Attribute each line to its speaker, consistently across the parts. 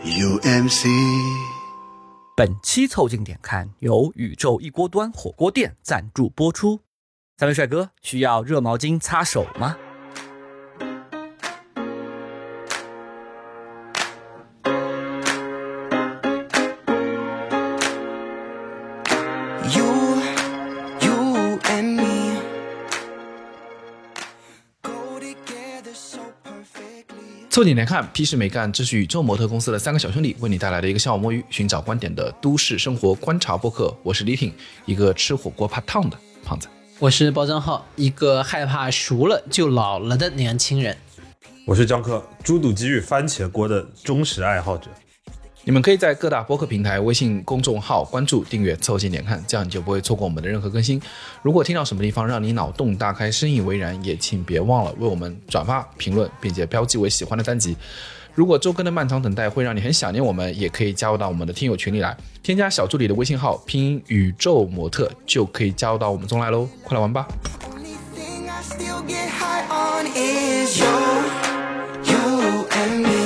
Speaker 1: UMC。
Speaker 2: 本期《凑近点看》由宇宙一锅端火锅店赞助播出。三位帅哥，需要热毛巾擦手吗？
Speaker 3: You, you and me go together so perfectly.
Speaker 4: 凑近来看，屁事没干，这是宇宙模特公司的三个小兄弟为你带来的一个下午摸鱼、寻找观点的都市生活观察播客。我是李挺，一个吃火锅怕烫的胖子。
Speaker 5: 我是包张浩，一个害怕熟了就老了的年轻人。
Speaker 6: 我是张克，猪肚鸡与番茄锅的忠实爱好者。
Speaker 4: 你们可以在各大播客平台、微信公众号关注、订阅“凑近点看”，这样你就不会错过我们的任何更新。如果听到什么地方让你脑洞大开、深以为然，也请别忘了为我们转发、评论，并且标记为喜欢的单集。如果周更的漫长等待会让你很想念我们，也可以加入到我们的听友群里来，添加小助理的微信号“拼音宇宙模特”就可以加入到我们中来喽！快来玩吧！
Speaker 3: Only thing I still get high on is you, you and me.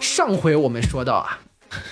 Speaker 5: 上回我们说到啊，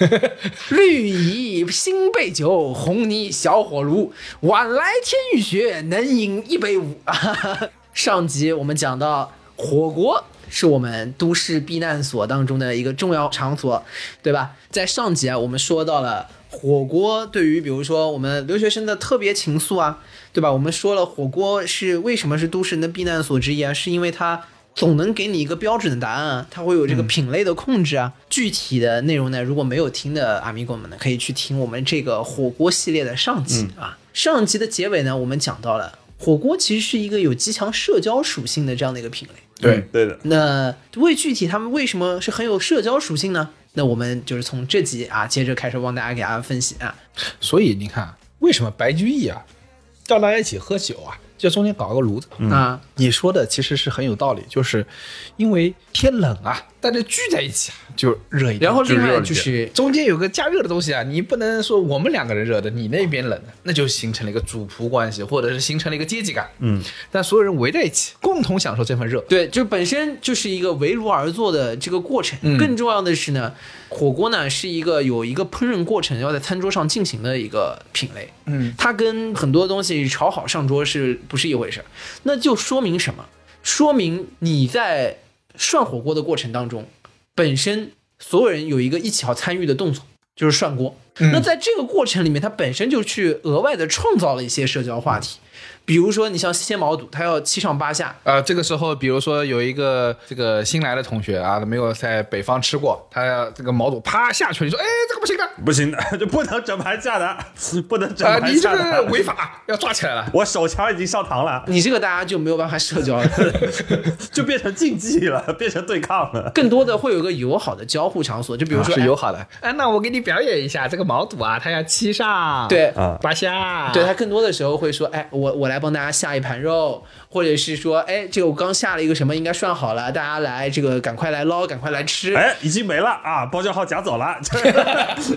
Speaker 5: 绿蚁新醅酒，红泥小火炉。晚来天欲雪，能饮一杯无。 上集我们讲到火锅。是我们都市避难所当中的一个重要场所，对吧？在上集啊，我们说到了火锅对于比如说我们留学生的特别情愫啊，对吧？我们说了火锅是为什么是都市人的避难所之一啊，是因为它总能给你一个标准的答案啊，它会有这个品类的控制啊。具体的内容呢，如果没有听的阿米狗们呢，可以去听我们这个火锅系列的上集啊。上集的结尾呢，我们讲到了火锅其实是一个有极强社交属性的这样的一个品类。
Speaker 4: 对，
Speaker 6: 对的，
Speaker 5: 那为具体他们为什么是很有社交属性呢？那我们就是从这集啊，接着开始帮大家给大家分析啊。
Speaker 7: 所以你看，为什么白居易啊，叫大家一起喝酒啊，就中间搞个炉子？
Speaker 5: 啊，
Speaker 7: 你说的其实是很有道理，就是因为天冷啊，大家聚在一起啊，就热一点。
Speaker 5: 然后另
Speaker 7: 就热
Speaker 5: 外
Speaker 7: 一点
Speaker 5: 就是
Speaker 7: 中间有个加热的东西啊，你不能说我们两个人热的，你那边冷的，那就形成了一个主仆关系，或者是形成了一个阶级感。嗯，但所有人围在一起，共同享受这份热。
Speaker 5: 对，就本身就是一个围炉而坐的这个过程。更重要的是呢，火锅呢是一个有一个烹饪过程要在餐桌上进行的一个品类。嗯，它跟很多东西炒好上桌是不是一回事儿？那就说明什么？说明你在涮火锅的过程当中，本身所有人有一个一起要参与的动作，就是涮锅。那在这个过程里面，它本身就去额外的创造了一些社交话题，比如说你像鲜毛肚，它要七上八下，
Speaker 7: 啊、这个时候，比如说有一个这个新来的同学啊，没有在北方吃过，他这个毛肚啪下去，你说，哎，这个不行的，
Speaker 6: 不行 的，就不能整盘下的，不能整
Speaker 7: 啊、
Speaker 6: 盘
Speaker 7: 你这
Speaker 6: 下的。
Speaker 7: 个违法，要抓起来了。
Speaker 6: 我手枪已经上膛了，
Speaker 5: 你这个大家就没有办法社交 了，
Speaker 6: 就变成竞技了， 变成对抗了。
Speaker 5: 更多的会有一个友好的交互场所，就比
Speaker 6: 啊
Speaker 5: 如说、
Speaker 7: 是
Speaker 5: 哎
Speaker 7: 友好的，哎，那我给你表演一下这个毛肚啊，它要七上，
Speaker 5: 对
Speaker 6: 啊
Speaker 7: 八下，
Speaker 5: 对他更多的时候会说，哎，我我来帮大家下一盘肉，或者是说，哎，这个我刚下了一个什么，应该涮好了，大家来这个赶快来捞，赶快来吃。
Speaker 6: 哎，已经没了啊！包浆号夹走了。 这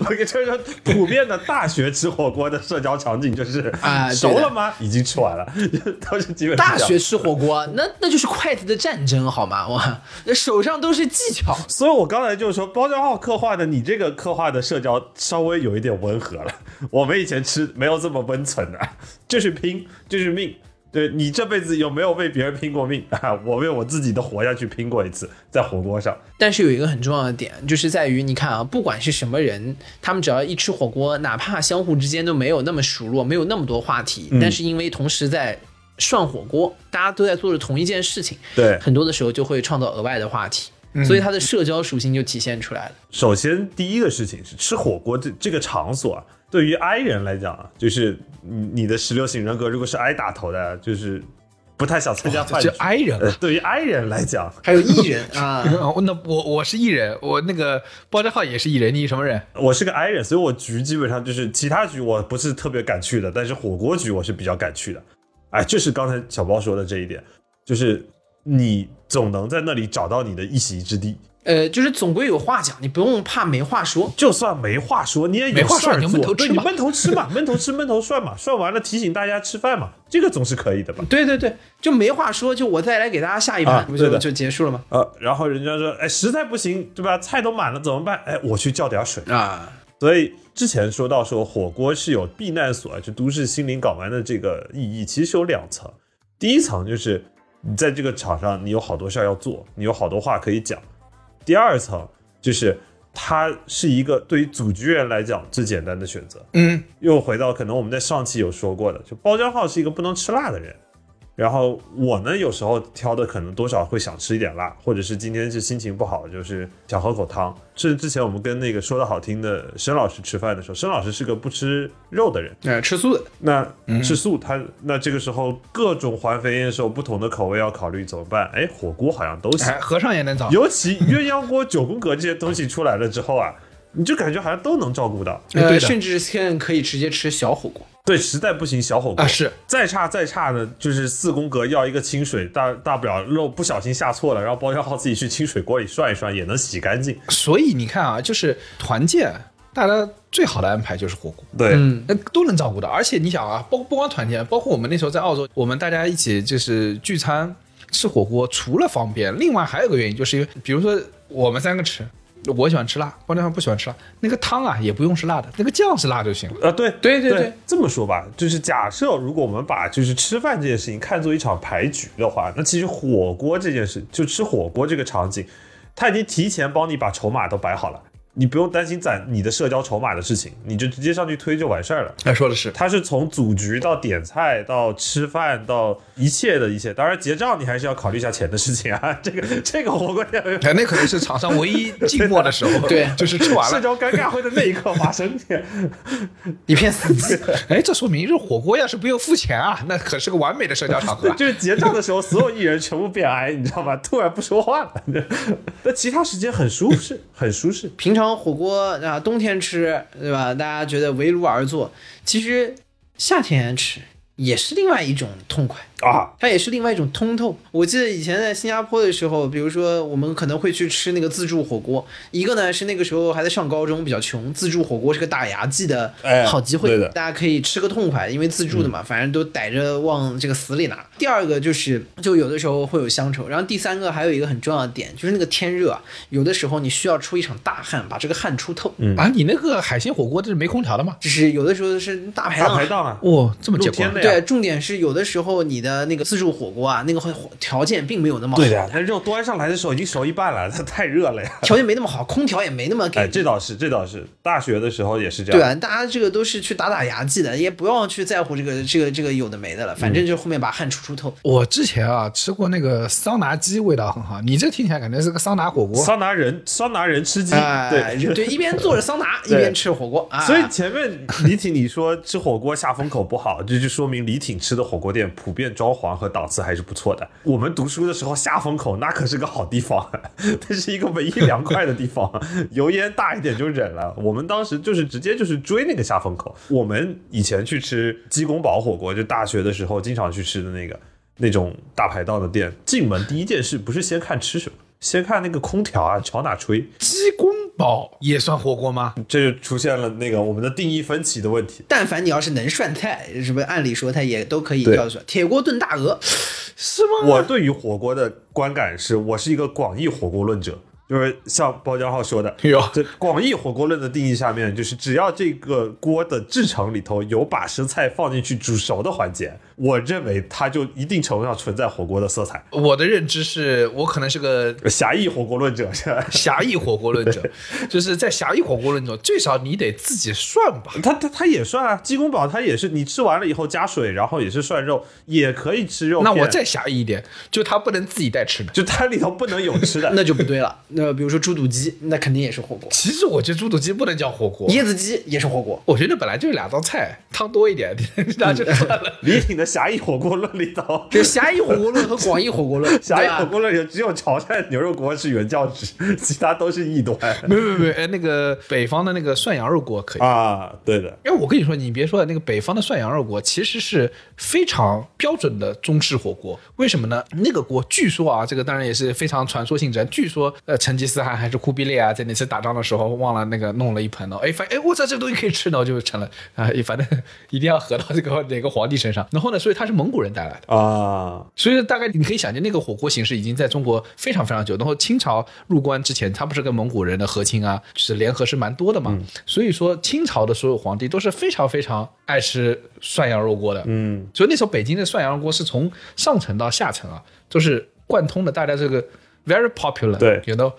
Speaker 6: 我跟这说，普遍的大学吃火锅的社交场景就是
Speaker 5: 啊对的
Speaker 6: 熟了吗？已经吃完了， 都是基本上
Speaker 5: 大
Speaker 6: 这样
Speaker 5: 学吃火锅，那那就是筷子的战争，好吗？哇，那手上都是技巧。
Speaker 6: 所以我刚才就是说，包浆号刻画的你这个刻画的社交稍微有一点温和了。 我们以前吃没有这么温存的， 就是拼，就是命。对你这辈子有没有为别人拼过命 啊？我为我自己的活下去拼过一次，在火锅上。
Speaker 5: 但是有一个很重要的点，就是在于你看啊，不管是什么人，他们只要一吃火锅，哪怕相互之间都没有那么熟络，没有那么多话题，但是因为同时在涮火锅，大家都在做着同一件事情，
Speaker 6: 对
Speaker 5: 很多的时候就会创造额外的话题，所以它的社交属性就体现出来了。
Speaker 6: 首先第一个事情是吃火锅这这个场所啊，对于 I 人来讲啊，就是你你的十六型人格如果是 I 打头的，就是不太想参加饭
Speaker 7: 哦就
Speaker 6: 局。
Speaker 7: 挨人
Speaker 6: 呃
Speaker 7: 了。
Speaker 6: 对于 I 人来讲，
Speaker 5: 还有艺 人啊，
Speaker 7: 哦那我我是艺人，我那个包家浩也是艺人，你什么人？
Speaker 6: 我是个 I 人，所以我局基本上就是其他局我不是特别敢去的，但是火锅局我是比较敢去的。哎，这是刚才小包说的这一点，就是你总能在那里找到你的一席之地。
Speaker 5: 呃，就是总归有话讲，你不用怕没话说。
Speaker 6: 就算没话说，你也
Speaker 7: 没
Speaker 6: 有
Speaker 7: 话
Speaker 6: 事
Speaker 7: 说
Speaker 6: 儿
Speaker 7: 你就
Speaker 6: 做，
Speaker 7: 闷头
Speaker 6: 对
Speaker 7: 吃
Speaker 6: 你
Speaker 7: 嘛
Speaker 6: 闷头吃嘛，闷头吃，闷头涮嘛，涮完了提醒大家吃饭嘛，这个总是可以的吧？
Speaker 5: 对对对，就没话说，就我再来给大家下一盘，
Speaker 6: 啊
Speaker 5: 不
Speaker 6: 对
Speaker 5: 就
Speaker 6: 的
Speaker 5: 就结束了吗？
Speaker 6: 呃，然后人家说，哎，实在不行，对吧？菜都满了怎么办？哎，我去叫点水。
Speaker 5: 啊，
Speaker 6: 所以之前说到说火锅是有避难所，就都市心灵港湾的这个意义，其实有两层。第一层就是你在这个场上，你有好多事儿要做，你有好多话可以讲。第二层就是它是一个对于组局人来讲最简单的选择。
Speaker 7: 嗯，
Speaker 6: 又回到可能我们在上期有说过的，就包浆浩是一个不能吃辣的人。然后我呢，有时候挑的可能多少会想吃一点辣，或者是今天是心情不好，就是想喝口汤。甚至之前我们跟那个说的好听的申老师吃饭的时候，申老师是个不吃肉的
Speaker 7: 嗯
Speaker 6: 人，
Speaker 5: 呃，吃素的，
Speaker 6: 那吃素他，那这个时候各种环肥燕瘦，不同的口味要考虑怎么办？哎，火锅好像都行，
Speaker 7: 哎，和尚也能找，
Speaker 6: 尤其鸳鸯锅、九宫格这些东西出来了之后啊，你就感觉好像都能照顾到。
Speaker 7: 哎对
Speaker 5: 呃，
Speaker 7: 的
Speaker 5: 甚至现可以直接吃小火锅。
Speaker 6: 对，实在不行小火锅
Speaker 7: 啊是
Speaker 6: 再差再差的，就是四宫格要一个清水，大大不了肉不小心下错了，然后包浆号自己去清水锅里涮一涮，也能洗干净。
Speaker 7: 所以你看啊，就是团建，大家最好的安排就是火锅。
Speaker 6: 对，
Speaker 5: 嗯，
Speaker 7: 那都能照顾到。而且你想啊，包不光团建，包括我们那时候在澳洲，我们大家一起就是聚餐吃火锅，除了方便，另外还有个原因，就是因为比如说我们三个吃，我喜欢吃辣，包浆上不喜欢吃辣，那个汤啊也不用是辣的，那个酱是辣就行了。
Speaker 6: 啊，对
Speaker 5: 对对对
Speaker 6: 这么说吧，就是假设如果我们把就是吃饭这件事情看作一场牌局的话，那其实火锅这件事，就吃火锅这个场景，他已经提前帮你把筹码都摆好了，你不用担心攒你的社交筹码的事情，你就直接上去推就完事儿了。
Speaker 7: 哎，说的是，
Speaker 6: 它是从组局到点菜到吃饭到一切的一切，当然结账你还是要考虑一下钱的事情啊。这个这个火锅店
Speaker 7: 哎，那可能是场上唯一静默的时 候，
Speaker 5: 对
Speaker 7: 就是吃完
Speaker 6: 社
Speaker 7: 了。
Speaker 6: 交尴尬会在那一刻发生。
Speaker 5: 一片死寂。
Speaker 7: 哎，这说明这火锅要是不用付钱啊，那可是个完美的社交场合
Speaker 6: 对，
Speaker 7: 啊。
Speaker 6: 就是结账的时候，所有艺人全部变矮，你知道吗？突然不说话了。 那其他时间很舒适，很舒适。
Speaker 5: 平常火锅啊，冬天吃，对吧？大家觉得围炉而坐，其实夏天吃也是另外一种痛快。
Speaker 6: 啊，
Speaker 5: 它也是另外一种通透。我记得以前在新加坡的时候，比如说我们可能会去吃那个自助火锅，一个呢是那个时候还在上高中，比较穷，自助火锅是个打牙祭的
Speaker 6: 哎
Speaker 5: 好机会，
Speaker 6: 对的嗯
Speaker 5: 大家可以吃个痛快，因为自助的嘛，反正都逮着往这个死里拿。第二个就是，就有的时候会有乡愁，然后第三个还有一个很重要的点就是那个天热啊，有的时候你需要出一场大汗，把这个汗出透。嗯，
Speaker 7: 啊，你那个海鲜火锅这是没空调的吗？
Speaker 5: 就是有的时候是大排档
Speaker 6: 大
Speaker 5: 啊，
Speaker 6: 排档啊，
Speaker 7: 哦，这么
Speaker 6: 露
Speaker 7: 结果
Speaker 6: 天。的呀
Speaker 5: 对，。重点是有的时候你的那个自助火锅啊，那个会条件并没有那么好。
Speaker 6: 对的呀，那肉端上来的时候已经熟一半了，它太热了呀。
Speaker 5: 条件没那么好，空调也没那么给力。
Speaker 6: 哎， 这倒是，这倒是，大学的时候也是这样。
Speaker 5: 对啊，大家这个都是去打打牙祭的，也不要去在乎这个这个这个有的没的了，反
Speaker 6: 嗯
Speaker 5: 正就后面把汗出出透。
Speaker 7: 我之前啊吃过那个桑拿鸡，味道很好。你这听起来感觉是个桑拿火锅。
Speaker 6: 桑拿人，桑拿人吃鸡，
Speaker 5: 哎，
Speaker 6: 对。
Speaker 5: 对，一边做着桑拿，一边吃火锅啊。
Speaker 6: 所以前面李挺你说吃火锅下风口不好， 这就说明李挺吃的火锅店普遍装潢和档次还是不错的。我们读书的时候下风口那可是个好地方， 那是一个唯一凉快的地方，油烟大一点就忍了。我们当时就是直接就是追那个下风口。我们以前去吃鸡公煲火锅，就大学的时候经常去吃的那个那种大排档的店，进门第一件事不是先看吃什么，先看那个空调啊朝哪吹，
Speaker 7: 鸡公煲也算火锅吗？
Speaker 6: 这就出现了那个我们的定义分歧的问题。
Speaker 5: 但凡你要是能涮菜，是不是按理说它也都可以
Speaker 6: 对
Speaker 5: 叫做铁锅炖大鹅？
Speaker 7: 是吗？
Speaker 6: 我对于火锅的观感是，我是一个广义火锅论者，就是像包浆浩 说的，
Speaker 7: 有
Speaker 6: 这广义火锅论的定义下面，就是只要这个锅的制成里头有把生菜放进去煮熟的环节，我认为它就一定程度上存在火锅的色彩。
Speaker 7: 我的认知是我可能是个
Speaker 6: 狭义火锅论者 是吧？
Speaker 7: 狭义火锅论者， 就是在狭义火锅论中，最少你得自己涮吧。
Speaker 6: 它它它也算啊，鸡公煲它也是，你吃完了以后加水，然后也是涮肉，也可以吃肉
Speaker 7: 那
Speaker 6: 片。
Speaker 7: 我再狭义一点，就他不能自己带吃的。
Speaker 6: 就它里头不能有 吃的，
Speaker 5: 那就不对了。那比如说猪肚鸡，那肯定也是火锅；
Speaker 7: 其实我觉得猪肚鸡不能叫火锅，
Speaker 5: 椰子鸡也是火锅。
Speaker 7: 我觉得本来就是两道菜，汤多一点，那就算了。
Speaker 6: 李挺的的侠义火锅论里头，
Speaker 5: 这狭义火锅论和广义火锅论，
Speaker 6: 侠
Speaker 5: 对
Speaker 6: 义火
Speaker 5: 吧？
Speaker 6: 锅论里头只有潮汕牛肉锅是原教旨，其他都是异端
Speaker 7: 没没没，哎，那个北方的那个涮羊肉锅可以。
Speaker 6: 啊。对的，
Speaker 7: 因为我跟你说，你别说那个北方的涮羊肉锅，其实是非常标准的中式火锅。为什么呢？那个锅据说啊，这个当然也是非常传说性质。据说呃，成吉思汗还是忽必烈啊，在哪次打仗的时候忘了那个弄了一盆呢？哎，发现哎，我操，这个东西可以吃呢，我就成了啊、反正一定要合到这个 哪个皇帝身上。然后呢，所以他是蒙古人带来的。
Speaker 6: 啊，
Speaker 7: 所以大概你可以想见，那个火锅形式已经在中国非常非常久。然后清朝入关之前，他不是跟蒙古人的和亲啊，就是联合是蛮多的嘛。
Speaker 6: 嗯
Speaker 7: 所以说，清朝的所有皇帝都是非常非常爱吃涮羊肉锅的。
Speaker 6: 嗯，
Speaker 7: 所以那时候北京的涮羊肉锅是从上层到下层啊，都是贯通的大家这个 very popular。
Speaker 6: 对
Speaker 7: 有的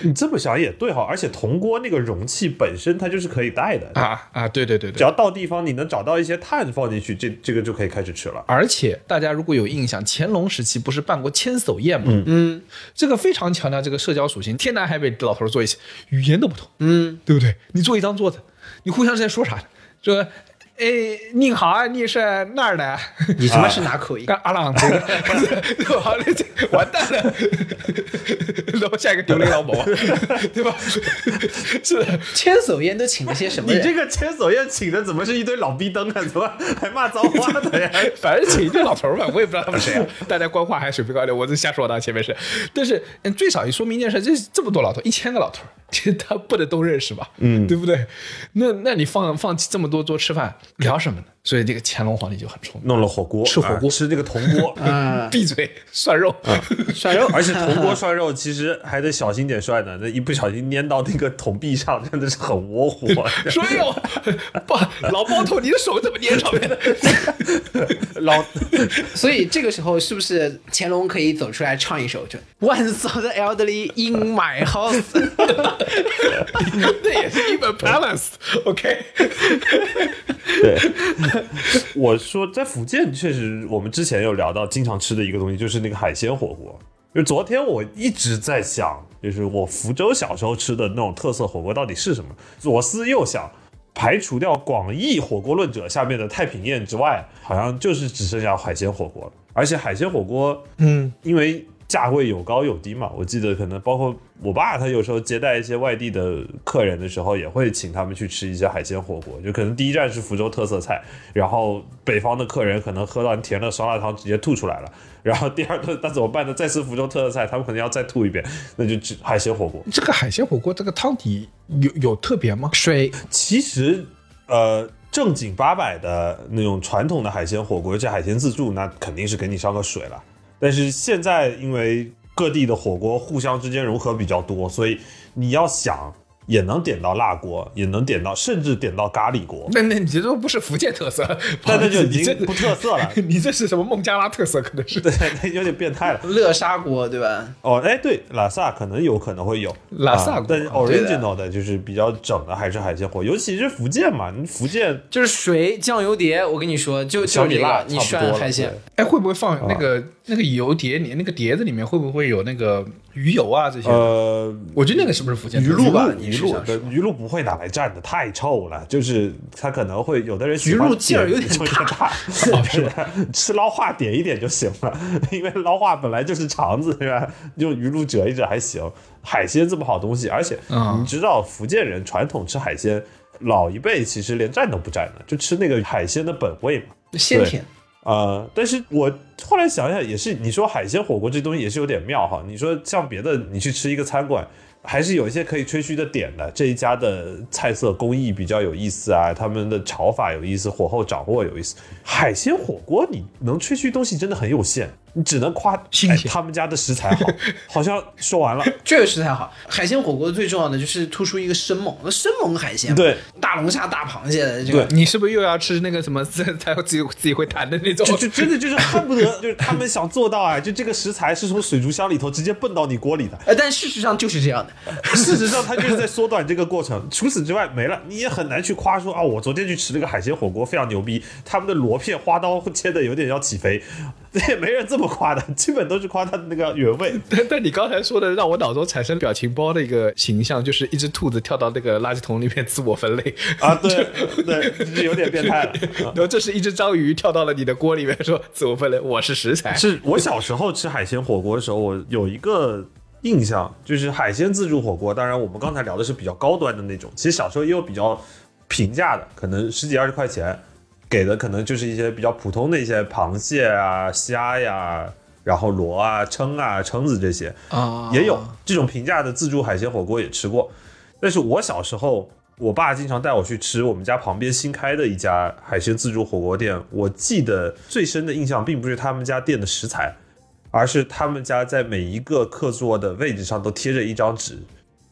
Speaker 6: 你这么想也对哈，而且铜锅那个容器本身它就是可以带的，
Speaker 7: 啊啊，对对对
Speaker 6: 只
Speaker 7: 对。
Speaker 6: 要到地方你能找到一些碳放进去，这这个就可以开始吃了。
Speaker 7: 而且大家如果有印象，乾隆时期不是办过千叟宴吗？
Speaker 5: 嗯
Speaker 7: 这个非常强调这个社交属性，天南海北老头儿坐一起，语言都不同。
Speaker 5: 嗯，
Speaker 7: 对不对？你坐一张桌子，你互相之间说啥呢？说，哎，你好啊，你是哪儿的？
Speaker 5: 你
Speaker 6: 啊
Speaker 5: 他妈是哪口 音？
Speaker 7: 干阿郎这个，对吧？那这完蛋 了，然后下一个丢雷老母，对吧？是的，
Speaker 5: 千叟宴都请了些什么
Speaker 6: 你
Speaker 5: 人？
Speaker 6: 这个千叟宴请的怎么是一堆老逼灯啊？怎么还骂脏话的呀？
Speaker 7: 反正请一对老头儿吧，我也不知道他们谁、 啊，大家官话还水平高点，我这瞎说的啊，前面是，但是嗯最少也说明一件事，这这么多老头，一千个老头儿， 这他不能都认识吧？嗯，对不对？那那你放放这么多桌吃饭，聊什么呢？所以这个乾隆皇帝就很聪明，
Speaker 6: 弄了火锅，
Speaker 7: 吃火锅
Speaker 6: 啊吃那个铜 锅。
Speaker 5: 嗯，
Speaker 7: 闭嘴涮肉，
Speaker 5: 涮肉，
Speaker 6: 而且铜锅涮肉其实还得小心点涮呢，那一不小心粘到那个铜壁上，真的是很窝火。
Speaker 7: 说哎 呦，爸，老包头，你的手怎么粘上 面的？
Speaker 6: 老
Speaker 5: 所以这个时候是不是乾隆可以走出来唱一首就 One thousand elderly in my house？
Speaker 7: 那也是一本 balance，OK，、
Speaker 6: 对， 我说在福建确实，我们之前有聊到经常吃的一个东西，就是那个海鲜火锅。就昨天我一直在想，就是我福州小时候吃的那种特色火锅到底是什么？左思右想，排除掉广义火锅论者下面的太平宴之外，好像就是只剩下海鲜火锅了。而且海鲜火锅，嗯，因为价位有高有低嘛，我记得可能包括我爸，他有时候接待一些外地的客人的时候，也会请他们去吃一些海鲜火锅。就可能第一站是福州特色菜，然后北方的客人可能喝到甜的酸辣汤直接吐出来了，然后第二顿那怎么办呢？再吃福州特色菜，他们可能要再吐一遍，那就吃海鲜火锅。
Speaker 7: 这个海鲜火锅这个汤底有有特别吗？
Speaker 5: 水
Speaker 6: 其实，呃，正经八百的那种传统的海鲜火锅，尤其海鲜自助，那肯定是给你上个水了。但是现在因为各地的火锅互相之间融合比较多，所以你要想也能点到辣锅，也能点到，甚至点到咖喱锅。
Speaker 7: 那那你这都不是福建特色，
Speaker 6: 但那就已
Speaker 7: 你这，
Speaker 6: 经不特色了
Speaker 7: 你这是什么孟加拉特色？可能是
Speaker 6: 对，那有点变态了。
Speaker 5: 乐砂锅对吧？
Speaker 6: 哦，哎，对，拉萨可能有可能会有
Speaker 7: 拉萨
Speaker 6: 啊
Speaker 7: 锅
Speaker 6: 但是
Speaker 7: 对
Speaker 5: 的
Speaker 6: original 的就是比较整的还是海鲜火锅，尤其是福建嘛，你福建
Speaker 5: 就是水酱油碟，我跟你说，就
Speaker 6: 小
Speaker 5: 就
Speaker 6: 米
Speaker 5: 这个
Speaker 6: 辣差，不
Speaker 5: 你
Speaker 6: 多
Speaker 5: 涮
Speaker 6: 了
Speaker 5: 海鲜
Speaker 7: 哎，
Speaker 6: 对，
Speaker 7: 会不会放那
Speaker 6: 啊
Speaker 7: 个、那个油碟里那个碟子里面会不会有那个鱼油啊这些？
Speaker 6: 呃，
Speaker 7: 我觉得那个是不是福建特色
Speaker 5: 鱼露吧你
Speaker 6: 鱼
Speaker 5: 是
Speaker 6: 露
Speaker 5: 想
Speaker 6: 的鱼露不会拿来蘸的，太臭了。就是它可能会有的人喜
Speaker 5: 鱼
Speaker 6: 欢
Speaker 5: 露劲儿有
Speaker 6: 点
Speaker 5: 点
Speaker 6: 大， 是 吃捞化点一点就行了， 因为捞化本来就是肠子是吧？用鱼露折一折还行。海鲜这么好东西，而且
Speaker 7: 嗯
Speaker 6: 你知道福建人传统吃海鲜，老一辈其实连蘸都不蘸的，就吃那个海鲜的本味嘛。
Speaker 5: 鲜甜。
Speaker 6: 呃，但是我后来想想也是，你说海鲜火锅这东西也是有点妙哈。你说像别的，你去吃一个餐馆，还是有一些可以吹嘘的点的。这一家的菜色工艺比较有意思啊，他们的炒法有意思，火候掌握有意思。海鲜火锅你能吹嘘东西真的很有限，你只能夸
Speaker 7: 新
Speaker 6: 哎
Speaker 7: 鲜
Speaker 6: 他们家的食材好。 好像说完了，
Speaker 5: 这个食材好，海鲜火锅最重要的就是突出一个生猛，那生猛海鲜嘛，
Speaker 6: 对
Speaker 5: 大龙虾、大螃蟹的这个
Speaker 6: 对，
Speaker 7: 你是不是又要吃那个什么自才自己自己会弹的那种？
Speaker 6: 就就真的就是恨不得就是他们想做到啊，就这个食材是从水族箱里头直接蹦到你锅里的。
Speaker 5: 呃，但事实上就是这样的，
Speaker 6: 事实上，它就是在缩短这个过程。 除此之外，没了，你也很难去夸说啊，我昨天去吃了个海鲜火锅，非常牛逼，他们的螺片花刀切的有点要起飞， 也没人这么夸的，基本都是夸它的那个原味。
Speaker 7: 但但你刚才说的让我脑中产生表情包的一个形象，就是一只兔子跳到那个垃圾桶里面自我分类
Speaker 6: 啊，对 对，有点变态了。
Speaker 7: 然后这是一只章鱼跳到了你的锅里面说自我分类，我是食材。
Speaker 6: 是我小时候吃海鲜火锅的时候，我有一个印象，就是海鲜自助火锅。当然，我们刚才聊的是比较高端的那种，其实小时候也有比较平价的，可能十几二十块钱给的，可能就是一些比较普通的一些螃蟹啊、虾呀、然后螺啊、蛏啊、蛏子这些。
Speaker 7: 啊
Speaker 6: 也有这种平价的自助海鲜火锅也吃过，但是我小时候，我爸经常带我去吃我们家旁边新开的一家海鲜自助火锅店。我记得最深的印象，并不是他们家店的食材，而是他们家在每一个客座的位置上都贴着一张纸，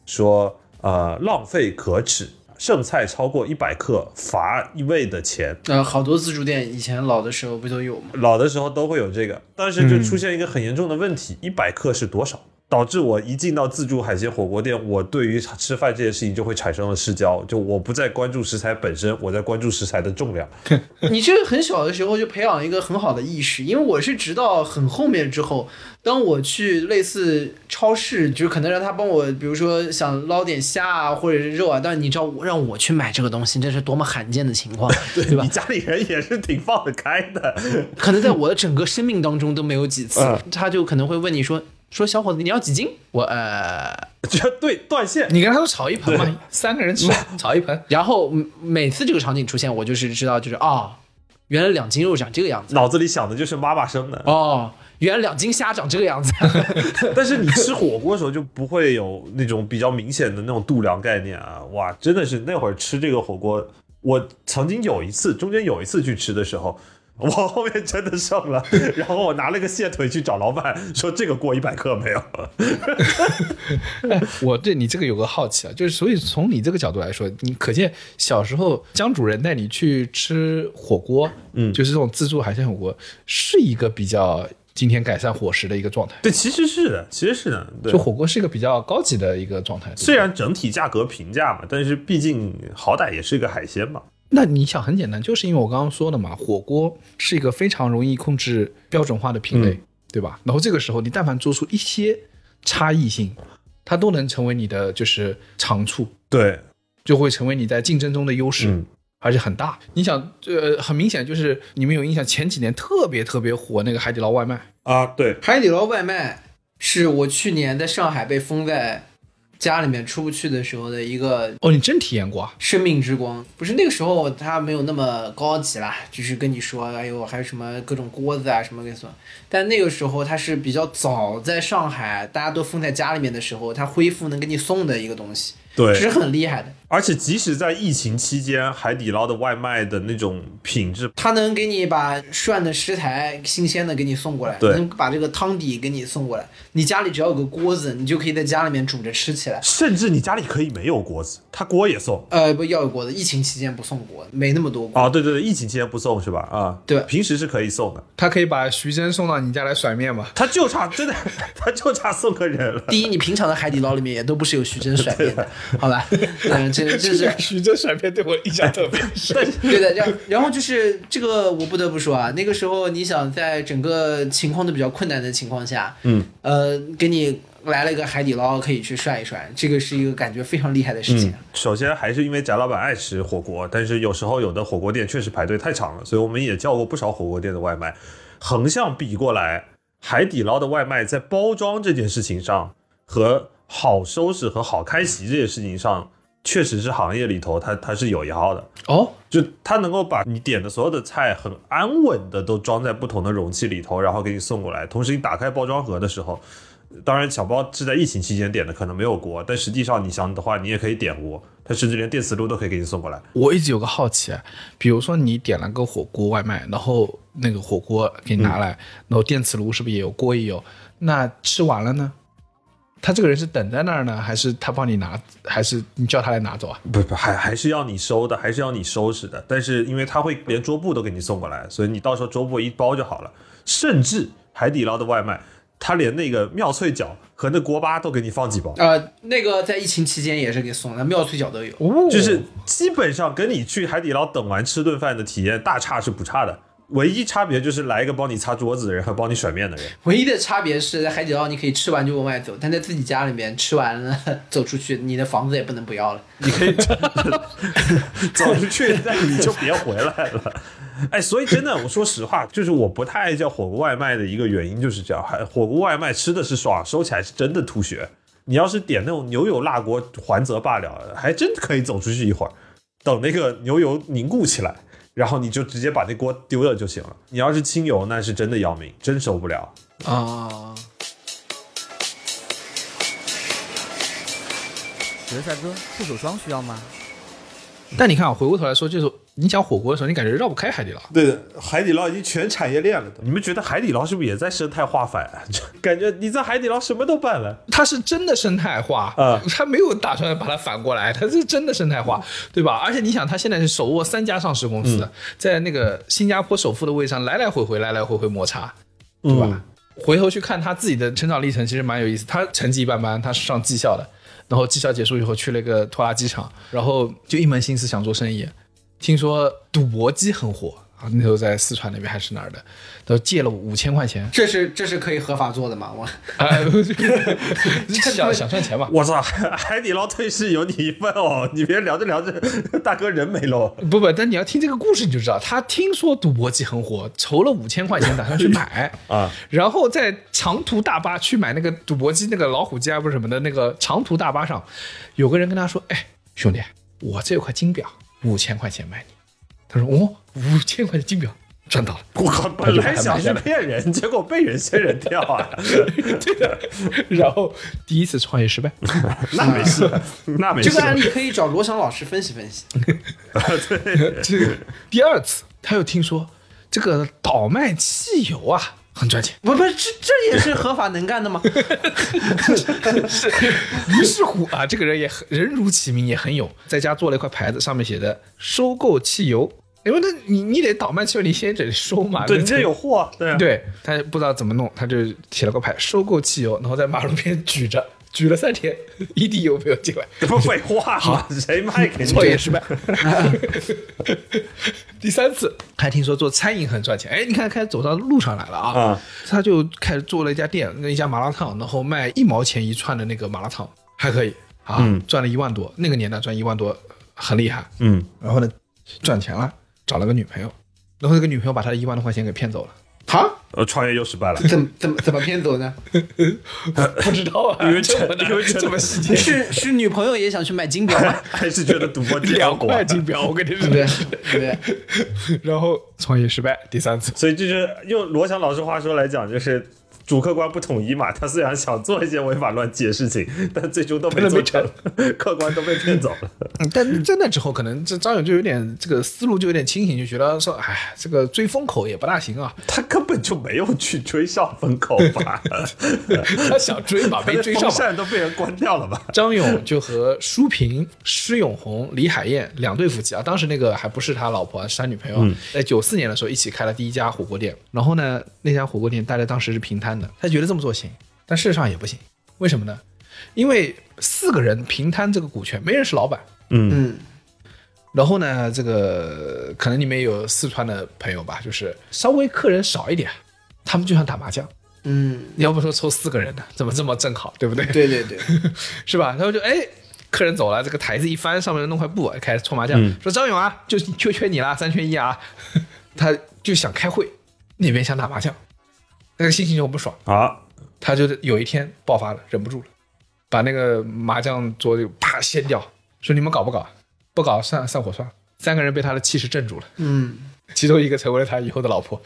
Speaker 6: 说呃浪费可耻，剩菜超过一百克罚一位的钱。
Speaker 5: 呃，好多自助店以前老的时候不都有吗？
Speaker 6: 老的时候都会有这个，但是就出现一个很严重的问题：一百、克是多少？导致我一进到自助海鲜火锅店，我对于吃饭这件事情就会产生了失焦，就我不再关注食材本身，我在关注食材的重量。
Speaker 5: 你这个很小的时候就培养一个很好的意识，因为我是直到很后面之后，当我去类似超市，就是可能让他帮我，比如说想捞点虾啊或者是肉啊，但是你知道我让我去买这个东西，这是多么罕见的情况，对吧
Speaker 6: 你？家里人也是挺放得开的，
Speaker 5: 可能在我的整个生命当中都没有几次
Speaker 6: 嗯，
Speaker 5: 他就可能会问你说说小伙子你要几斤？我呃，
Speaker 6: 这对断线。
Speaker 7: 你跟他说炒一 盆嘛，三个人吃炒一盆，
Speaker 5: 然后嗯每次这个场景出现，我就是知道就是哦，原来两斤肉长这个样子，
Speaker 6: 脑子里想的就是妈妈生的，
Speaker 5: 哦，原来两斤虾长这个样子。
Speaker 6: 但是你吃火锅的时候就不会有那种比较明显的那种度量概念啊！哇，真的是那会儿吃这个火锅，我曾经有一次，中间有一次去吃的时候， 我后面真的剩了，然后我拿了个蟹腿去找老板说这个过一百克没有？
Speaker 7: 我对你这个有个好奇啊，就是所以从你这个角度来说，你可见小时候江主任带你去吃火锅，
Speaker 6: 嗯
Speaker 7: 就是这种自助海鲜火锅，是一个比较今天改善伙食的一个状态。
Speaker 6: 对，其实是的，其实是的，对
Speaker 7: 就。火锅是一个比较高级的一个状态。对不对
Speaker 6: 虽然整体价格平价嘛，但是毕竟好歹也是个海鲜嘛。
Speaker 7: 那你想很简单，就是因为我刚刚说的嘛，火锅是一个非常容易控制标准化的品类，
Speaker 6: 嗯
Speaker 7: 对吧？然后这个时候你但凡做出一些差异性，它都能成为你的就是长处，
Speaker 6: 对，
Speaker 7: 就会成为你在竞争中的优势。
Speaker 6: 嗯，
Speaker 7: 而且很大，你想，呃，很明显就是你们有印象，前几年特别特别火那个海底捞外卖，
Speaker 6: 啊，对，
Speaker 5: 海底捞外卖是我去年在上海被封在家里面出不去的时候的一个
Speaker 7: 哦，你真体验过啊？
Speaker 5: 生命之光。不是那个时候它没有那么高级啦，就是跟你说，哎呦，还有什么各种锅子啊什么给算。但那个时候它是比较早，在上海大家都封在家里面的时候，它恢复能给你送的一个东西，
Speaker 6: 对，
Speaker 5: 是很厉害的。
Speaker 6: 而且即使在疫情期间，海底捞的外卖的那种品质
Speaker 5: 它能给你把涮的食材新鲜的给你送过来，
Speaker 6: 对
Speaker 5: 能把这个汤底给你送过来。你家里只要有个锅子，你就可以在家里面煮着吃起来。
Speaker 6: 甚至你家里可以没有锅子，他锅也送。
Speaker 5: 呃，不要有锅子，疫情期间不送锅，没那么多锅。
Speaker 6: 哦，对对对，疫情期间不送是吧？啊，
Speaker 5: 对
Speaker 6: 平时是可以送的，
Speaker 7: 他可以把徐峥送到你家来甩面吗？
Speaker 6: 他就差真的， 他就差送个人了。
Speaker 5: 第一，你平常的海底捞里面也都不是有徐峥甩面的， 好 吧？嗯，这这是
Speaker 7: 徐峥甩面对我印象特别深。
Speaker 5: 对的，然然后就是这个，我不得不说啊，那个时候你想在整个情况都比较困难的情况下，
Speaker 6: 嗯，
Speaker 5: 呃，给你来了一个海底捞可以去涮一涮，这个是一个感觉非常厉害的事情。
Speaker 6: 首先还是因为翟老板爱吃火锅，但是有时候有的火锅店确实排队太长了，所以我们也叫过不少火锅店的外卖。横向比过来，海底捞的外卖在包装这件事情上和好收拾和好开席这件事情上，确实是行业里头它它是有一号的。
Speaker 7: 哦，
Speaker 6: 就它能够把你点的所有的菜很安稳的都装在不同的容器里头，然后给你送过来。同时，你打开包装盒的时候，当然小包是在疫情期间点的，可能没有锅，但实际上你想的话，你也可以点锅，它甚至连电磁炉都可以给你送过来。
Speaker 7: 我一直有个好奇，啊比如说你点了个火锅外卖，然后那个火锅给你拿来，然后电磁炉是不是也有，锅也有？那吃完了呢？他这个人是等在那儿呢，还是他帮你拿，还是你叫他来拿走啊？
Speaker 6: 不不，还还是要你收的，还是要你收拾的。但是因为它会连桌布都给你送过来，所以你到时候桌布一包就好了。甚至海底捞的外卖，它连那个妙脆角和那锅巴都给你放几包。
Speaker 5: 呃，那个在疫情期间也是给送的，妙脆角都有。
Speaker 7: 哦
Speaker 6: 就是基本上跟你去海底捞等完吃顿饭的体验大差是不差的。唯一差别就是来一个帮你擦桌子的人和帮你甩面的人。
Speaker 5: 唯一的差别是在海底捞，你可以吃完就往外走，但在自己家里面吃完了走出去，你的房子也不能不要了。
Speaker 6: 你可以走出去，但你就别回来了。 哎，所以真的，我说实话，就是我不太爱叫火锅外卖的一个原因就是这样，还火锅外卖吃的是爽，收起来是真的吐血。你要是点那种牛油辣锅，还则罢了，还真可以走出去一会儿，等那个牛油凝固起来，然后你就直接把那锅丢了就行了。你要是清油，那是真的要命，真受不了。
Speaker 5: 啊，，
Speaker 2: 觉得帅哥护手霜需要吗？
Speaker 7: 但你看啊，回过头来说，就是你讲火锅的时候，你感觉绕不开海底捞。
Speaker 6: 对的，海底捞已经全产业链了。你们觉得海底捞是不是也在生态化反、啊？感觉你在海底捞什么都办了。
Speaker 7: 它是真的生态化，
Speaker 6: 啊
Speaker 7: 它没有打算把它反过来，它是真的生态化，对吧？而且你想，它现在是手握三家上市公司，在那个新加坡首富的位置上来来回回，来来回回摩擦，对吧？回头去看他自己的成长历程，其实蛮有意思。他成绩一般般，他是上技校的，然后技校结束以后去了一个拖拉机厂，然后就一门心思想做生意。听说赌博机很火啊，那时候在四川那边还是哪儿的，都借了五千块钱
Speaker 5: 这是这是可以合法做的吗？
Speaker 6: 哎
Speaker 5: 我
Speaker 7: 啊，想想赚钱嘛。
Speaker 6: 我操，海底捞退市有你一份哦！你别聊着聊着，大哥人没喽。
Speaker 7: 不不，但你要听这个故事你就知道，他听说赌博机很火，筹了五千块钱打算去 买
Speaker 6: 啊，
Speaker 7: 然后在长途大巴去买那个赌博机，那个老虎机啊不是什么的，那个长途大巴上，有个人跟他说：“哎，兄弟，我这有块金表，五千块钱买你。”他说：“哦，五千块钱金表赚到了。”
Speaker 6: 我靠，本来想去骗人，结果被人仙人跳啊！
Speaker 7: 然后第一次创业失 败，
Speaker 6: 那没事，那没
Speaker 5: 这
Speaker 6: 事
Speaker 5: 个。案例可以找罗翔老师分析分析。
Speaker 7: 这个第二次他又听说这个倒卖汽油啊很赚钱，
Speaker 5: 不不，这这也是合法能干的 吗？
Speaker 7: 于是乎啊，这个人也很人如其名，也很勇，在家做了一块牌子，上面写的“收购汽油”。因为那你你得倒卖汽油，你先得收嘛。
Speaker 6: 对，
Speaker 7: 那
Speaker 6: 你这有货，对啊，
Speaker 7: 对，他不知道怎么弄，他就写了个牌“收购汽油”，然后在马路边举着，举了三天，一滴油没有进来，
Speaker 6: 这不废话吗？谁卖给你？
Speaker 7: 创业失 败。 第三次还听说做餐饮很赚钱，哎，你看开始走到路上来了啊，
Speaker 6: 啊
Speaker 7: 他就开始做了一家店，那一家麻辣烫，然后卖一毛钱一串的那个麻辣烫，还可以啊，
Speaker 6: 嗯
Speaker 7: 赚了一万多，那个年代赚一万多很厉害。
Speaker 6: 嗯，
Speaker 7: 然后呢，赚钱了，找了个女朋友，然后这个女朋友把他的一万多块钱给骗走了。
Speaker 5: 啊？
Speaker 6: 呃，创业又失 败了。
Speaker 5: 怎么怎么怎么骗走呢？
Speaker 7: 不知道啊，
Speaker 6: 因为
Speaker 7: 这么
Speaker 6: 这因为这
Speaker 7: 这么细节，
Speaker 5: 是是女朋友也想去买金表吗？
Speaker 6: 还是觉得赌博 结
Speaker 7: 两
Speaker 6: 果
Speaker 7: 块金表，我跟 你
Speaker 5: 对不对
Speaker 7: 说，？
Speaker 5: 对不对？
Speaker 7: 然后创业失败，第三次。
Speaker 6: 所以就是用罗翔老师话说来讲，就是主客观不统一嘛。他虽然想做一些违法乱纪的事情，但最终都没做成，客观都被骗走了。
Speaker 7: 嗯但在那之后，可能这张勇就有点这个思路就有点清醒，就觉得说，哎，这个追风口也不大行啊，
Speaker 6: 他根本就没有去追上风口 吧？
Speaker 7: 他想追嘛，没追上
Speaker 6: 风
Speaker 7: 嘛。
Speaker 6: 扇都被人关掉了吧？
Speaker 7: 张勇就和舒萍、施永红、李海燕两对夫妻啊，当时那个还不是他老婆，是他女朋友啊，在九四年的时候一起开了第一家火锅店。然后呢，那家火锅店大家当时是平摊的，他觉得这么做行，但事实上也不行，为什么呢？因为四个人平摊这个股权，没人是老板，
Speaker 5: 嗯，
Speaker 7: 然后呢，这个可能你们也有四川的朋友吧，就是稍微客人少一点，他们就想打麻将。
Speaker 5: 嗯，
Speaker 7: 你要不说凑四个人呢，怎么这么正好，对不对？，
Speaker 5: 对对对，
Speaker 7: 是吧？然后就哎，客人走了，这个台子一翻，上面弄块布，开始搓麻将。说张勇啊，就就缺你啦，三缺一啊。 他就想开会，那边想打麻将，那个心情就不爽。
Speaker 6: 啊，
Speaker 7: 他就有一天爆发了，忍不住了，把那个麻将桌就啪掀掉，说你们搞不搞？不搞散散伙算了。三个人被他的气势镇住了，
Speaker 5: 嗯，
Speaker 7: 其中一个成为了他以后的老婆。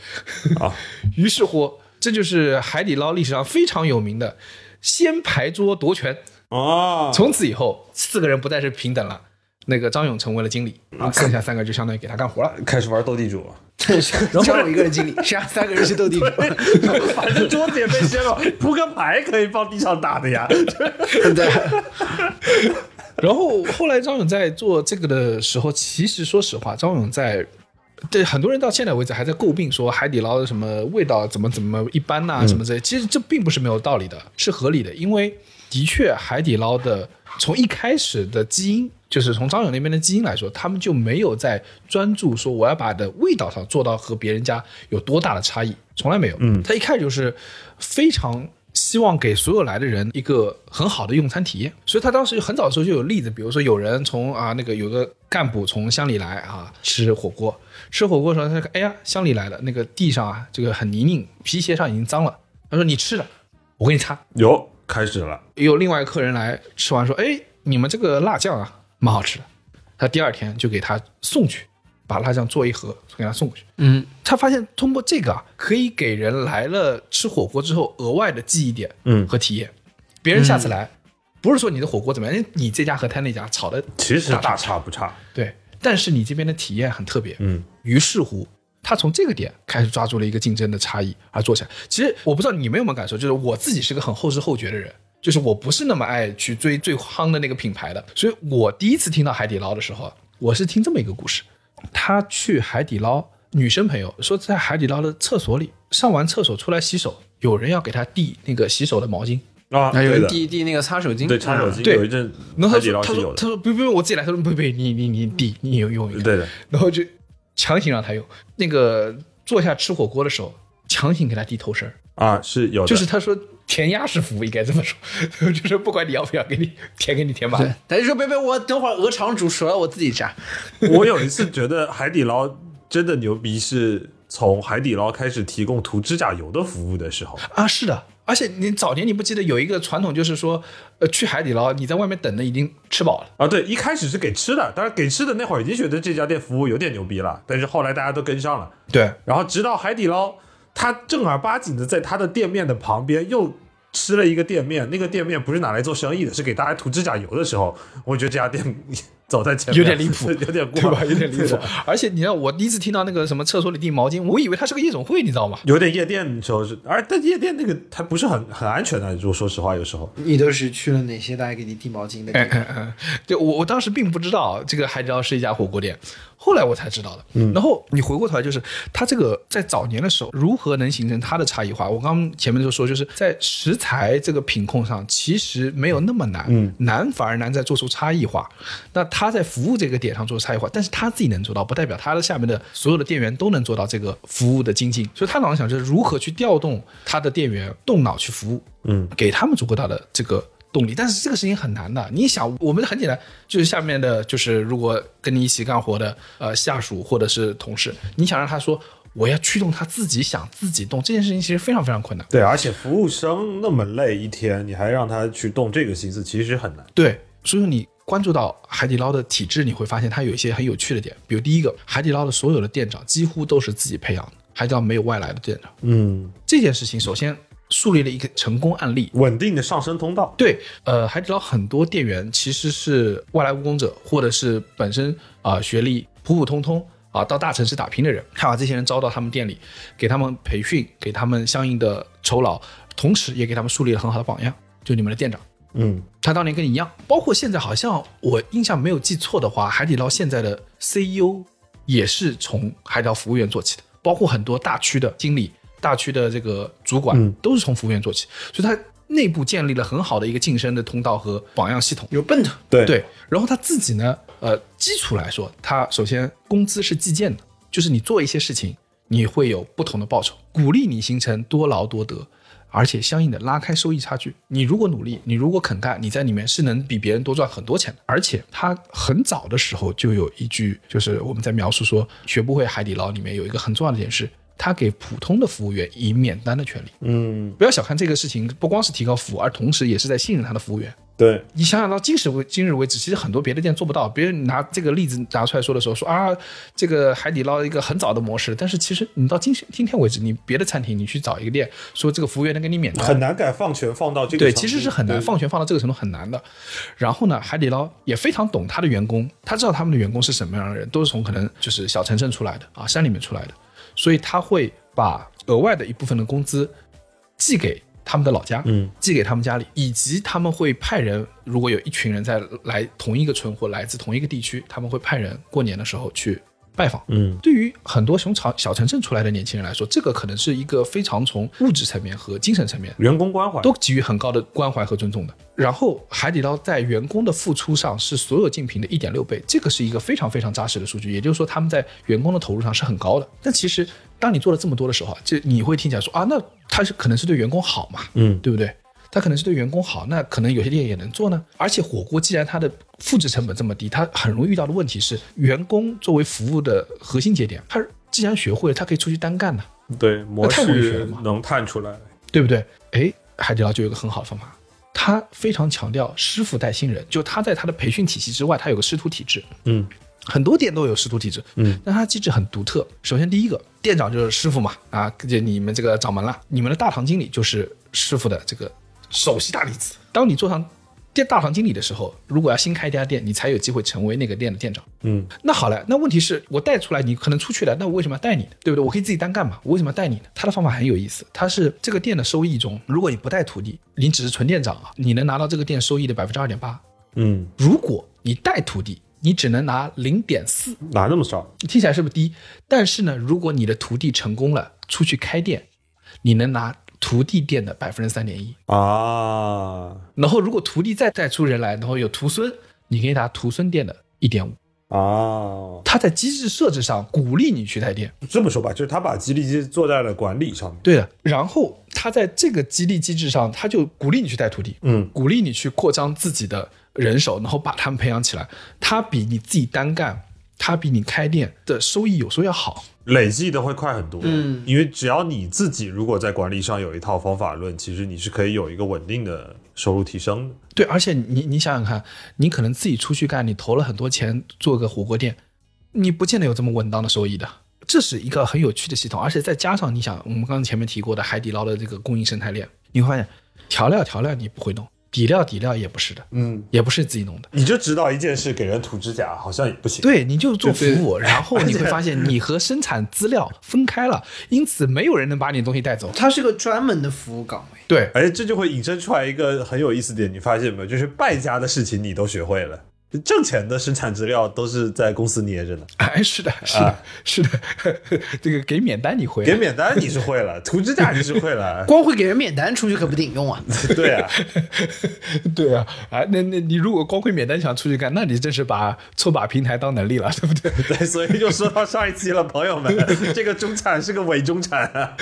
Speaker 6: 啊，
Speaker 7: 于是乎，这就是海底捞历史上非常有名的先牌桌夺权。
Speaker 6: 哦，
Speaker 7: 从此以后，四个人不再是平等了。那个张勇成为了经理，啊，剩下三个就相当于给他干活了。
Speaker 6: 开始玩斗地主啊了。
Speaker 5: 只有一个人经理，谁让三个人去斗地主？
Speaker 6: 反正桌子也被掀了，扑克牌可以放地上打的呀。
Speaker 5: 对，
Speaker 7: 然后后来张勇在做这个的时候，其实说实话，张勇在对很多人到现在为止还在诟病说海底捞的什么味道怎么怎么一般呐、什么之类。其实这并不是没有道理的，是合理的，因为的确海底捞的从一开始的基因就是从张勇那边的基因来说，他们就没有在专注说我要把的味道上做到和别人家有多大的差异，从来没有。嗯，他一开始就是非常希望给所有来的人一个很好的用餐体验，所以他当时很早的时候就有例子，比如说有人从啊那个有个干部从乡里来啊吃火锅，吃火锅的时候他说哎呀乡里来了，那个地上啊这个很泥泞，皮鞋上已经脏了，他说你吃着，我给你擦。
Speaker 6: 有开始了，
Speaker 7: 也有另外一个客人来吃完说：“哎，你们这个辣酱啊，蛮好吃的。”他第二天就给他送去，把辣酱做一盒给他送过去。
Speaker 5: 嗯，
Speaker 7: 他发现通过这个啊，可以给人来了吃火锅之后额外的记忆点，
Speaker 6: 嗯
Speaker 7: 和体验。别人下次来，不是说你的火锅怎么样，哎你这家和他那家炒的
Speaker 6: 其实大差不差。
Speaker 7: 对，但是你这边的体验很特别。
Speaker 6: 嗯，
Speaker 7: 于是乎，他从这个点开始抓住了一个竞争的差异而做起来。其实我不知道你们有没有感受，就是我自己是个很后知后觉的人，就是我不是那么爱去追最夯的那个品牌的，所以我第一次听到海底捞的时候，我是听这么一个故事：他去海底捞，女生朋友说在海底捞的厕所里上完厕所出来洗手，有人要给她递那个洗手的毛巾。
Speaker 6: 啊，
Speaker 5: 那有
Speaker 6: 对
Speaker 5: 人
Speaker 6: 的，
Speaker 5: 递递那个擦手巾，
Speaker 6: 对擦手巾
Speaker 7: 对
Speaker 6: 有一阵
Speaker 7: 然后
Speaker 6: 海
Speaker 7: 他
Speaker 6: 底
Speaker 7: 说：“
Speaker 6: 捞
Speaker 7: 他
Speaker 6: 是有
Speaker 7: 说他
Speaker 6: 的，
Speaker 7: 说不不不，我自己来。”他说：“不不，你你你递，你有用一个。”
Speaker 6: 对的，
Speaker 7: 然后就强行让他用那个坐下吃火锅的时候，强行给他递头绳儿，
Speaker 6: 啊是有的，
Speaker 7: 就是他说填鸭式服务应该这么说， 就是不管你要不要，给你填给你填满
Speaker 5: 对。，他就说别别，我等会儿鹅肠煮熟了，我自己炸。
Speaker 6: 我有一次觉得海底捞真的牛逼，是从海底捞开始提供涂指甲油的服务的时候。
Speaker 7: 啊，是的，而且你早年你不记得有一个传统，就是说，呃，去海底捞你在外面等的已经吃饱了，
Speaker 6: 啊，对，一开始是给吃的，但是给吃的那会儿已经觉得这家店服务有点牛逼了，但是后来大家都跟上了，
Speaker 7: 对，
Speaker 6: 然后直到海底捞，他正儿八经的在他的店面的旁边又吃了一个店面，那个店面不是拿来做生意的，是给大家涂指甲油的时候，我觉得这家店 走在前面
Speaker 7: 有点离谱
Speaker 6: 有点过，
Speaker 7: 对吧？有 点离谱。而且你知道，我第一次听到那个什么厕所里递毛巾，我以为它是个夜总会，你知道吗？
Speaker 6: 有点夜店的时候是，而但夜店那个还不是很很安全的，如果说实话，有时候
Speaker 5: 你都是去了哪些大家给你递毛巾的地方？
Speaker 7: 对我我当时并不知道这个海底捞是一家火锅店，后来我才知道的。嗯然后你回过头来，就是它这个在早年的时候如何能形成它的差异化？我刚刚前面就说，就是在食材这个品控上，其实没有那么难，难反而难在做出差异化。那他在服务这个点上做差异化，但是他自己能做到，不代表他的下面的所有的店员都能做到这个服务的精进。所以他老是想就是如何去调动他的店员动脑去服务，嗯，给他们足够大的这个动力。但是这个事情很难的。你想，我们很简单，就是下面的，就是如果跟你一起干活的呃下属或者是同事，你想让他说我要驱动他自己想自己动，这件事情其实非常非常困难。
Speaker 6: 对，而且服务生那么累一天，你还让他去动这个心思，其实很难。
Speaker 7: 对，所以说你关注到海底捞的体制，你会发现它有一些很有趣的点。比如第一个，海底捞的所有的店长几乎都是自己培养的，海底捞没有外来的店长。
Speaker 6: 嗯，
Speaker 7: 这件事情首先树立了一个成功案例。
Speaker 6: 稳定的上升通道。
Speaker 7: 对，呃，海底捞很多店员其实是外来务工者，或者是本身啊、学历普普通通啊、到大城市打拼的人，他把这些人招到他们店里，给他们培训，给他们相应的酬劳，同时也给他们树立了很好的榜样，就你们的店长。
Speaker 6: 嗯，
Speaker 7: 他当年跟你一样，包括现在好像我印象没有记错的话，海底捞现在的 CEO 也是从海底捞服务员做起的，包括很多大区的经理、大区的这个主管、
Speaker 6: 嗯
Speaker 7: 都是从服务员做起，所以他内部建立了很好的一个晋升的通道和榜样系统。
Speaker 5: 有奔头，
Speaker 6: 对，
Speaker 7: 对，然后他自己呢，呃，基础来说，他首先工资是计件的，就是你做一些事情，你会有不同的报酬，鼓励你形成多劳多得，而且相应的拉开收益差距。你如果努力，你如果肯干，你在里面是能比别人多赚很多钱的。而且他很早的时候就有一句，就是我们在描述说学不会海底捞里面有一个很重要的点是。他给普通的服务员以免单的权利，
Speaker 6: 嗯，
Speaker 7: 不要小看这个事情，不光是提高服务，而同时也是在信任他的服务员。
Speaker 6: 对，
Speaker 7: 你想想到今时为今日为止，其实很多别的店做不到。别人拿这个例子拿出来说的时候，说啊，这个海底捞一个很早的模式，但是其实你到今时今天为止，你别的餐厅你去找一个店，说这个服务员能给你免单，
Speaker 6: 很难敢放权放到这个
Speaker 7: 对，
Speaker 6: 程
Speaker 7: 其实
Speaker 6: 度
Speaker 7: 是很难
Speaker 6: 啊对
Speaker 7: 放权放到这个程度很难的。然后呢，海底捞也非常懂他的员工，他知道他们的员工是什么样的人，都是从可能就是小城镇出来的啊，山里面出来的，所以他会把额外的一部分的工资寄给他们的老家，
Speaker 6: 嗯，
Speaker 7: 寄给他们家里，以及他们会派人，如果有一群人在来同一个村或来自同一个地区，他们会派人过年的时候去。拜访。
Speaker 6: 嗯，
Speaker 7: 对于很多从小小城镇出来的年轻人来说，这个可能是一个非常从物质层面和精神层面
Speaker 6: 员工关怀
Speaker 7: 都给予很高的关怀和尊重的。然后，海底捞在员工的付出上是所有竞品的一点六倍，这个是一个非常非常扎实的数据。也就是说，他们在员工的投入上是很高的。但其实，当你做了这么多的时候啊，这你会听起来说啊，那他是可能是对员工好嘛，
Speaker 6: 嗯
Speaker 7: 对不对？他可能是对员工好，那可能有些店也能做呢。而且火锅既然它的复制成本这么低，它很容易遇到的问题是，员工作为服务的核心节点，他既然学会了，他可以出去单干呢、
Speaker 6: 对模
Speaker 7: 太文学了
Speaker 6: 式
Speaker 7: 嘛
Speaker 6: 能探出来，
Speaker 7: 对不对？哎，海底捞就有一个很好的方法，他非常强调师傅带新人，就他在他的培训体系之外，他有个师徒体制，
Speaker 6: 嗯
Speaker 7: 很多店都有师徒体制，
Speaker 6: 嗯，
Speaker 7: 但它机制很独特。首先第一个，店长就是师傅嘛，啊，这你们这个掌门了，你们的大堂经理就是师傅的这个首席大弟子。当你做上店大堂经理的时候，如果要新开一家店，你才有机会成为那个店的店长。
Speaker 6: 嗯
Speaker 7: 那好了，那问题是我带出来，你可能出去了，那我为什么要带你呢？对不对？我可以自己单干嘛？我为什么要带你呢？他的方法很有意思，他是这个店的收益中，如果你不带徒弟，你只是纯店长啊，你能拿到这个店收益的百分之二点八；
Speaker 6: 嗯，
Speaker 7: 如果你带徒弟，你只能拿零点四。
Speaker 6: 哪那么少？
Speaker 7: 听起来是不是低？但是呢，如果你的徒弟成功了，出去开店，你能拿徒弟店的百分之三点一。
Speaker 6: 啊
Speaker 7: 然后如果徒弟再带出人来，然后有徒孙，你可以拿徒孙店的一点五。
Speaker 6: 啊，
Speaker 7: 他在机制设置上鼓励你去带店，
Speaker 6: 这么说吧，就是他把激励机制做在了管理上面。
Speaker 7: 对的。然后他在这个激励机制上，他就鼓励你去带徒弟，
Speaker 6: 嗯
Speaker 7: 鼓励你去扩张自己的人手，然后把他们培养起来。他比你自己单干，他比你开店的收益有时候要好。
Speaker 6: 累计的会快很多，
Speaker 5: 嗯
Speaker 6: 因为只要你自己如果在管理上有一套方法论，其实你是可以有一个稳定的收入提升的。
Speaker 7: 对，而且你你想想看，你可能自己出去干，你投了很多钱做个火锅店，你不见得有这么稳当的收益的。这是一个很有趣的系统，而且再加上你想，我们刚刚前面提过的海底捞的这个供应生态链，你会发现调料调料你不会弄，底料底料也不是的，
Speaker 6: 嗯，
Speaker 7: 也不是自己弄的。
Speaker 6: 你就知道一件事，给人涂指甲好像也不行。，
Speaker 7: 对，你就做服
Speaker 4: 对
Speaker 7: 务，然后你会发现你和生产资料分开了，因此没有人能把你的东西带走。
Speaker 5: 它是个专门的服务岗位。
Speaker 7: 对，
Speaker 6: 哎，这就会引申出来一个很有意思点，你发现没有？就是败家的事情你都学会了，挣钱的生产资料都是在公司捏着呢，
Speaker 7: 哎，是的，是的，是的， 这个给免单你回来
Speaker 6: 给免单你是会了，涂指甲你是会了，
Speaker 5: 光会给人免单出去可不顶用啊！
Speaker 6: 对啊，
Speaker 7: 对啊，啊，那那你如果光会免单想出去干，那你真是把错把平台当能力了， 对不对？
Speaker 6: 对，所以就说到上一期了，朋友们，这个中产是个伪中产、啊，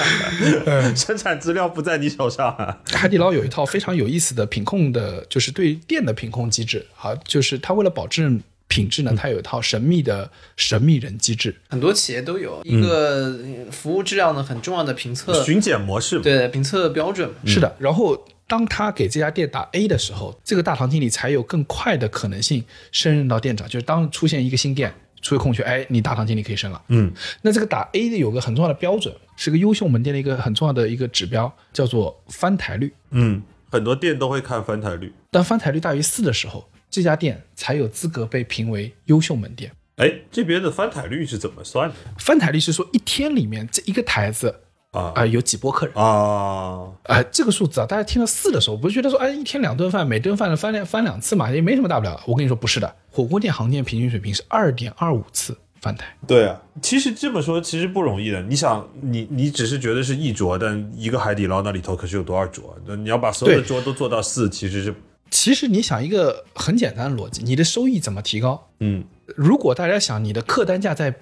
Speaker 6: 生产资料不在你手上、啊。
Speaker 7: 海底捞有一套非常有意思的品控的，就是对店的品控机制啊，就是它为了保证品质呢，它有一套神秘的神秘人机制。
Speaker 5: 很多企业都有一个嗯服务质量的很重要的评测，
Speaker 6: 巡检模式嘛，
Speaker 5: 对评测标准嘛。
Speaker 7: 是的，然后当他给这家店打 A 的时候，这个大堂经理才有更快的可能性升任到店长。就是当出现一个新店出现空缺，哎，你大堂经理可以升了。
Speaker 6: 嗯，
Speaker 7: 那这个打 A 的有个很重要的标准，是个优秀门店的一个很重要的一个指标，叫做翻台率。
Speaker 6: 嗯，很多店都会看翻台率。
Speaker 7: 当翻台率大于四的时候，这家店才有资格被评为优秀门店。
Speaker 6: 哎，这边的翻台率是怎么算的
Speaker 7: 翻台率是说一天里面这一个台子
Speaker 6: 啊
Speaker 7: 啊、？有几波客人。
Speaker 6: 啊，
Speaker 7: 哎，这个数字啊，大家听到四的时候，不是觉得说，哎，一天两顿饭，每顿饭翻两翻两次嘛，也没什么大不了的。我跟你说，不是的，火锅店行业平均水平是二点二五次翻台。
Speaker 6: 对啊，其实这么说其实不容易的。你想，你你只是觉得是一桌，但一个海底捞那里头可是有多少桌？那你要把所有的
Speaker 7: 对
Speaker 6: 桌都做到四，其实是
Speaker 7: 其实你想一个很简单的逻辑，你的收益怎么提高？
Speaker 6: 嗯
Speaker 7: 如果大家想你的客单价在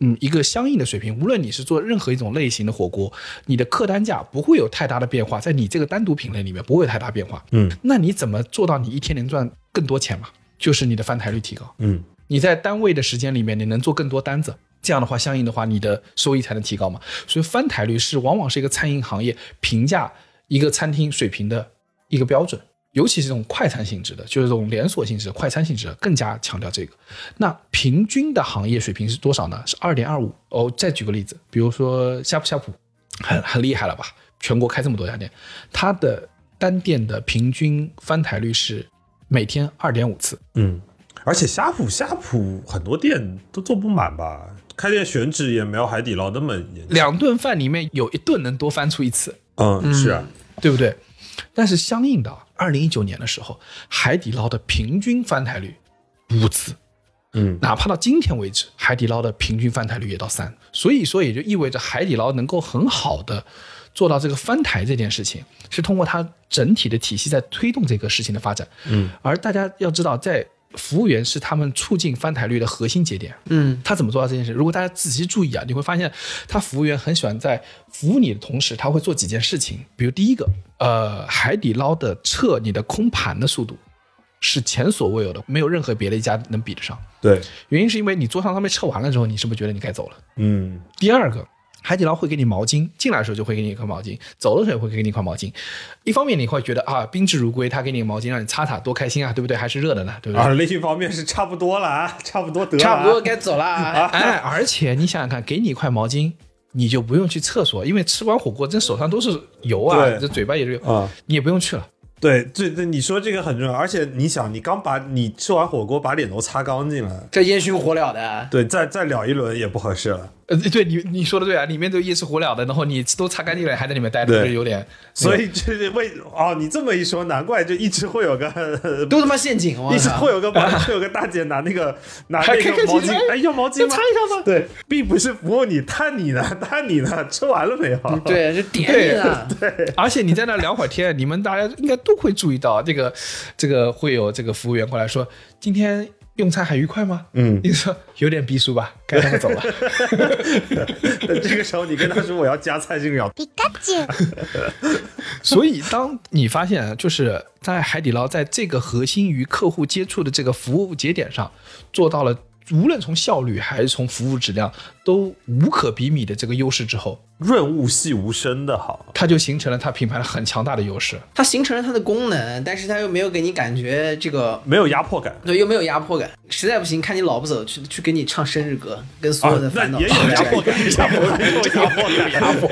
Speaker 7: 嗯一个相应的水平，无论你是做任何一种类型的火锅，你的客单价不会有太大的变化，在你这个单独品类里面不会有太大变化。
Speaker 6: 嗯
Speaker 7: 那你怎么做到你一天能赚更多钱嘛？就是你的翻台率提高，
Speaker 6: 嗯
Speaker 7: 你在单位的时间里面你能做更多单子。这样的话，相应的话，你的收益才能提高嘛。所以翻台率是往往是一个餐饮行业评价一个餐厅水平的一个标准，尤其是这种快餐性质的，就是这种连锁性质的、快餐性质的，更加强调这个。那平均的行业水平是多少呢？是二点二五。哦，再举个例子，比如说呷哺呷哺，很很厉害了吧？全国开这么多家店，它的单店的平均翻台率是每天二点五次。
Speaker 6: 嗯。而且呷哺呷哺很多店都做不满吧？开店选址也没有海底捞那么严。
Speaker 7: 两顿饭里面有一顿能多翻出一次，
Speaker 6: 嗯，是啊，
Speaker 7: 对不对？但是相啊应的，二零一九年的时候，海底捞的平均翻台率五次，
Speaker 6: 嗯
Speaker 7: 哪怕到今天为止，海底捞的平均翻台率也到三，所以说也就意味着海底捞能够很好的做到这个翻台这件事情，是通过它整体的体系在推动这个事情的发展。嗯，而大家要知道，在服务员是他们促进翻台率的核心节点。
Speaker 5: 嗯，
Speaker 7: 他怎么做到这件事？如果大家仔细注意啊，你会发现，他服务员很喜欢在服务你的同时，他会做几件事情。比如第一个，呃，海底捞的撤你的空盘的速度是前所未有的，没有任何别的一家能比得上。
Speaker 6: 对，
Speaker 7: 原因是因为你桌上他们撤完了之后，你是不是觉得你该走了？
Speaker 6: 嗯
Speaker 7: 第二个，海底捞会给你毛巾，进来的时候就会给你一块毛巾，走的时候也会给你一块毛巾。一方面你会觉得啊，宾至如归，他给你个毛巾让你擦擦，多开心啊，对不对？还是热的呢，对不对？
Speaker 6: 啊，另一方面是差不多了啊，差不多得了啊
Speaker 5: 差不多该 走了啊。
Speaker 7: 哎，而且你想想看，给你一块毛巾，你就不用去厕所，因为吃完火锅这手上都是油啊，
Speaker 6: 对
Speaker 7: 这嘴巴也是油，
Speaker 6: 啊。
Speaker 7: 你也不用去了。
Speaker 6: 对，对对，你说这个很重要，而且你想，你刚把你吃完火锅把脸都擦干净了，
Speaker 5: 这烟熏火燎的，
Speaker 6: 对，再再聊一轮也不合适了。
Speaker 7: 呃，对你你说的对啊，里面都夜市火燎的，然后你都擦干净了，还在里面待着，
Speaker 6: 对
Speaker 7: 就是有点。
Speaker 6: 所以这是为哦，你这么一说，难怪就一直会有个，
Speaker 5: 都他妈陷阱！我
Speaker 6: 一直
Speaker 5: 操
Speaker 6: 会有个会有个大姐拿那个拿
Speaker 7: 还
Speaker 6: 那
Speaker 7: 开
Speaker 6: 个
Speaker 7: 开
Speaker 6: 毛
Speaker 7: 心
Speaker 6: 巾
Speaker 7: 心，
Speaker 6: 哎，要毛巾吗
Speaker 7: 擦？一下吧。
Speaker 6: 对，并不是服务你，探你呢，探你呢，吃完了没有？
Speaker 7: 嗯
Speaker 5: 对，是点你啊呢。
Speaker 7: 而且你在那聊会儿天，你们大家应该都会注意到，这个这个会有这个服务员过来说，今天用餐还愉快吗？
Speaker 6: 嗯
Speaker 7: 你说有点逼数吧，该他们走了。
Speaker 6: 对，这个时候你跟他说我要加菜，这个要
Speaker 7: 所以，当你发现就是在海底捞在这个核心与客户接触的这个服务节点上，做到了无论从效率还是从服务质量都无可比拟的这个优势之后，
Speaker 6: 润物细无声的好。
Speaker 7: 它就形成了它品牌的很强大的优势。
Speaker 5: 它形成了它的功能，但是它又没有给你感觉这个，
Speaker 6: 没有压迫感
Speaker 5: 对，又没有压迫感。实在不行，看你老不走，去去给你唱生日歌，跟所
Speaker 6: 啊
Speaker 5: 有的，烦恼
Speaker 6: 那也有压迫 感，压迫感，有压迫感，压迫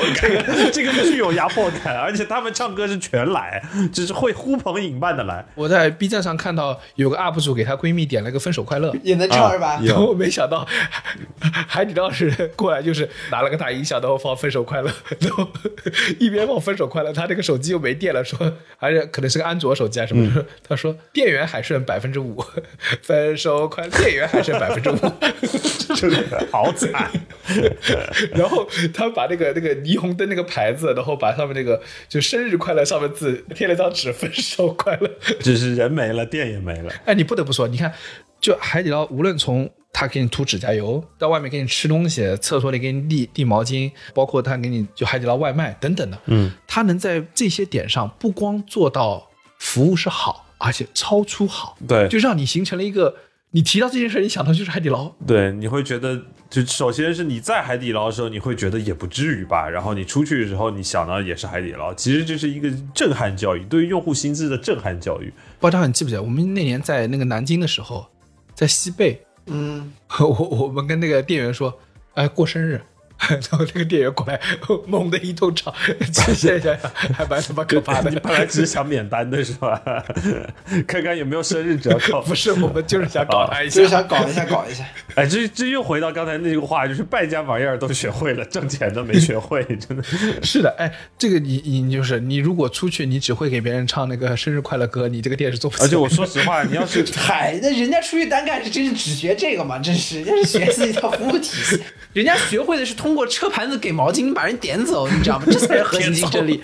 Speaker 6: 感，这个具有压迫感，而且他们唱歌是全来，只是会呼朋引伴的来，
Speaker 7: 我在 B 站上看到有个 UP 主给她闺蜜点了个分手快乐，
Speaker 5: 也能唱是吧？
Speaker 6: 有
Speaker 7: 啊然后我没想到海底捞是过来就是拿了个大音响，然后放《分手快乐》，然后一边放《分手快乐》，他这个手机又没电了，说而且可能是个安卓手机啊什么的， 他说电源还剩百分之五，分手快乐电源还剩百分之五， 啊
Speaker 6: 真的 好惨。
Speaker 7: 然后他把那个那个霓虹灯那个牌子，然后把上面那个就生日快乐上面字贴了张纸，分手快乐。
Speaker 6: 只是人没了，店也没了。
Speaker 7: 哎，你不得不说，你看，就海底捞，无论从他给你涂指甲油，到外面给你吃东西，厕所里给你递递毛巾，包括他给你就海底捞外卖等等的，
Speaker 6: 嗯，
Speaker 7: 他能在这些点上不光做到服务是好，而且超出好，
Speaker 6: 对
Speaker 7: 就让你形成了一个，你提到这件事，你想到就是海底捞，
Speaker 6: 对，你会觉得，就首先是你在海底捞的时候，你会觉得也不至于吧，然后你出去的时候，你想到也是海底捞，其实这是一个震撼教育，对于用户心智的震撼教育。
Speaker 7: 不知道你记不记得，我们那年在那个南京的时候，在西贝，
Speaker 5: 嗯，
Speaker 7: 我我们跟那个店员说，哎，过生日。 然后那个店员过来，猛的一通吵，其实现在想想还蛮他妈可怕的。
Speaker 6: 你本来只是想免单的是吧？ 看看有没有生日折 扣。
Speaker 7: 不是，我们就是想搞他一下。
Speaker 5: 哦就是想搞一下，搞一下。
Speaker 6: 哎，这这又回到刚才那句话，就是败家玩意儿都学会了，挣钱的没学会， 真的。
Speaker 7: 是的，哎，这个你你就是你，如果出去你只会给别人唱那个生日快乐歌，你这个店是做不起来
Speaker 6: 而
Speaker 7: 的。
Speaker 6: 且我说实话，你要是
Speaker 5: 嗨，那人家出去单干是真是只学这个嘛？真是，人家是学自己的服务体系，人家学会的是通过车盘子给毛巾把人点走，你知道吗？这才是核心竞 争力。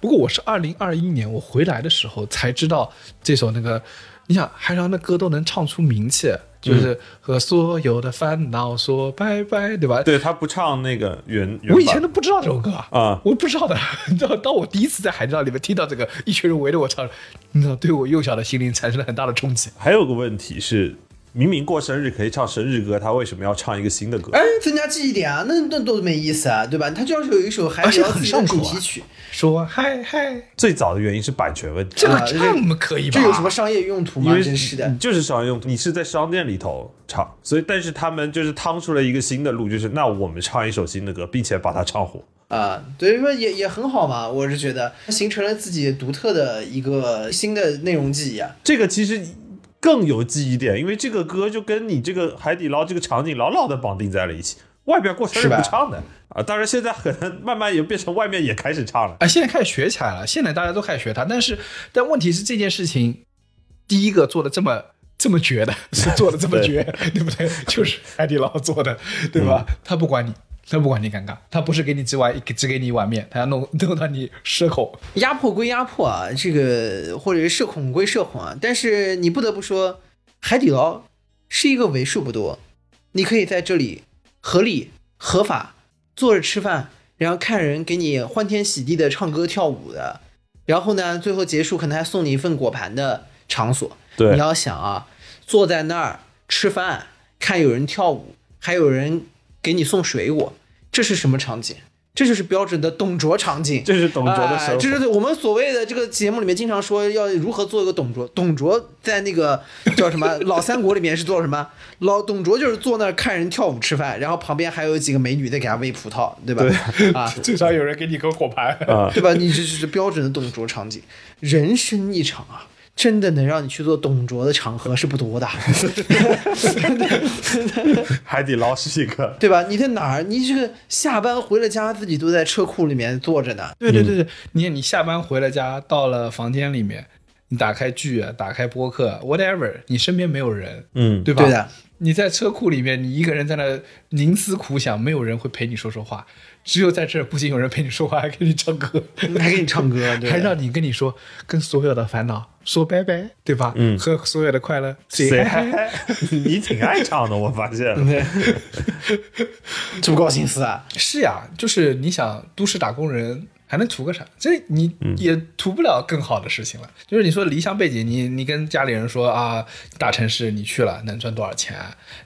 Speaker 7: 不过我是二零二一年我回来的时候才知道这首那个，你想海上的歌都能唱出名气，就是和所有的烦恼说拜拜，对吧？
Speaker 6: 对他不唱那个原原
Speaker 7: 我以前
Speaker 6: 版
Speaker 7: 都不知道这首歌
Speaker 6: 啊
Speaker 7: 我不知道的。 到当我第一次在海底捞里面听到这个，一群人围着我唱，你知道，对我幼小的心灵产生了很大的冲击。
Speaker 6: 还有个问题是，明明过生日可以唱生日歌，他为什么要唱一个新的歌？
Speaker 5: 哎，增加记忆点啊，那那多没意思啊，对吧？他就要是有一首海
Speaker 7: 而
Speaker 5: 底
Speaker 7: 且
Speaker 5: 捞自
Speaker 7: 很
Speaker 5: 己的
Speaker 7: 上口
Speaker 5: 主
Speaker 7: 啊
Speaker 5: 题曲，
Speaker 7: 说嗨嗨，
Speaker 6: 最早的原因是版权问题
Speaker 7: 这，个
Speaker 5: 啊
Speaker 7: 这么可以吧？
Speaker 5: 这有什么商业用途
Speaker 6: 因
Speaker 5: 吗？
Speaker 6: 为
Speaker 5: 真是的
Speaker 7: 嗯
Speaker 6: 你，就是商业用途，你是在商店里头唱，所以但是他们就是趟出了一个新的路，就是那我们唱一首新的歌，并且把它唱火。
Speaker 5: 啊，对，因为也也很好嘛，我是觉得它形成了自己独特的一个新的内容记忆啊。
Speaker 6: 这个其实更有记忆点，因为这个歌就跟你这个海底捞这个场景牢牢的绑定在了一起。外边过生日
Speaker 5: 是吧
Speaker 6: 不唱的啊，当然现在可能慢慢也变成外面也开始唱了。
Speaker 7: 啊，现在开始学起来了，现在大家都开始学它，但是但问题是这件事情，第一个做的这么这么绝的，是做的这么绝，对不对？ 就是海底捞做的，对吧？他不管你，他不管你尴尬，他不是给你只碗，只给你一碗面，他要弄弄到你失口。
Speaker 5: 压迫归压迫啊，这个或者是社恐归社恐啊，但是你不得不说，海底捞是一个为数不多，你可以在这里合理合法坐着吃饭，然后看人给你欢天喜地的唱歌跳舞的，然后呢，最后结束可能还送你一份果盘的场所。
Speaker 6: 对
Speaker 5: 你要想啊，坐在那儿吃饭，看有人跳舞，还有人给你送水果，这是什么场景？这就是标准的董卓场景，
Speaker 6: 这是董卓的生
Speaker 5: 哎
Speaker 6: 活
Speaker 5: 这是我们所谓的这个节目里面经常说要如何做一个董卓。董卓在那个叫什么老三国里面是做什么？老董卓就是坐那儿看人跳舞吃饭，然后旁边还有几个美女在给他喂葡萄，对吧？啊，
Speaker 7: 最少有人给你个果盘。
Speaker 6: 啊，
Speaker 5: 对吧？你这就是标准的董卓场景，人生一场啊。真的能让你去做董卓的场合是不多的，
Speaker 6: 海底捞是一个
Speaker 5: 对吧？你在哪儿？你这个下班回了家，自己都在车库里面坐着呢，
Speaker 7: 对
Speaker 6: 嗯
Speaker 7: 对对对，你你下班回了家，到了房间里面，你打开剧啊，打开播客，whatever，你身边没有人，
Speaker 6: 嗯，
Speaker 7: 对吧？
Speaker 5: 对的。
Speaker 7: 你在车库里面，你一个人在那冥思苦想，没有人会陪你说说话。只有在这儿，不仅有人陪你说话，还给你唱 歌，
Speaker 5: 还给你唱歌，对吧
Speaker 7: 还让你跟你说跟所有的烦恼说拜拜，对吧？
Speaker 6: 嗯
Speaker 7: 和所有的快乐 say
Speaker 6: 谁
Speaker 7: hi hi
Speaker 6: 还你挺爱唱的，我发现。
Speaker 5: 对，这么高心思啊？
Speaker 7: 是呀，就是你想都市打工人还能图个啥？这你也图不了更好的事情了。就是你说离乡背井，你你跟家里人说啊，大城市你去了能赚多少钱？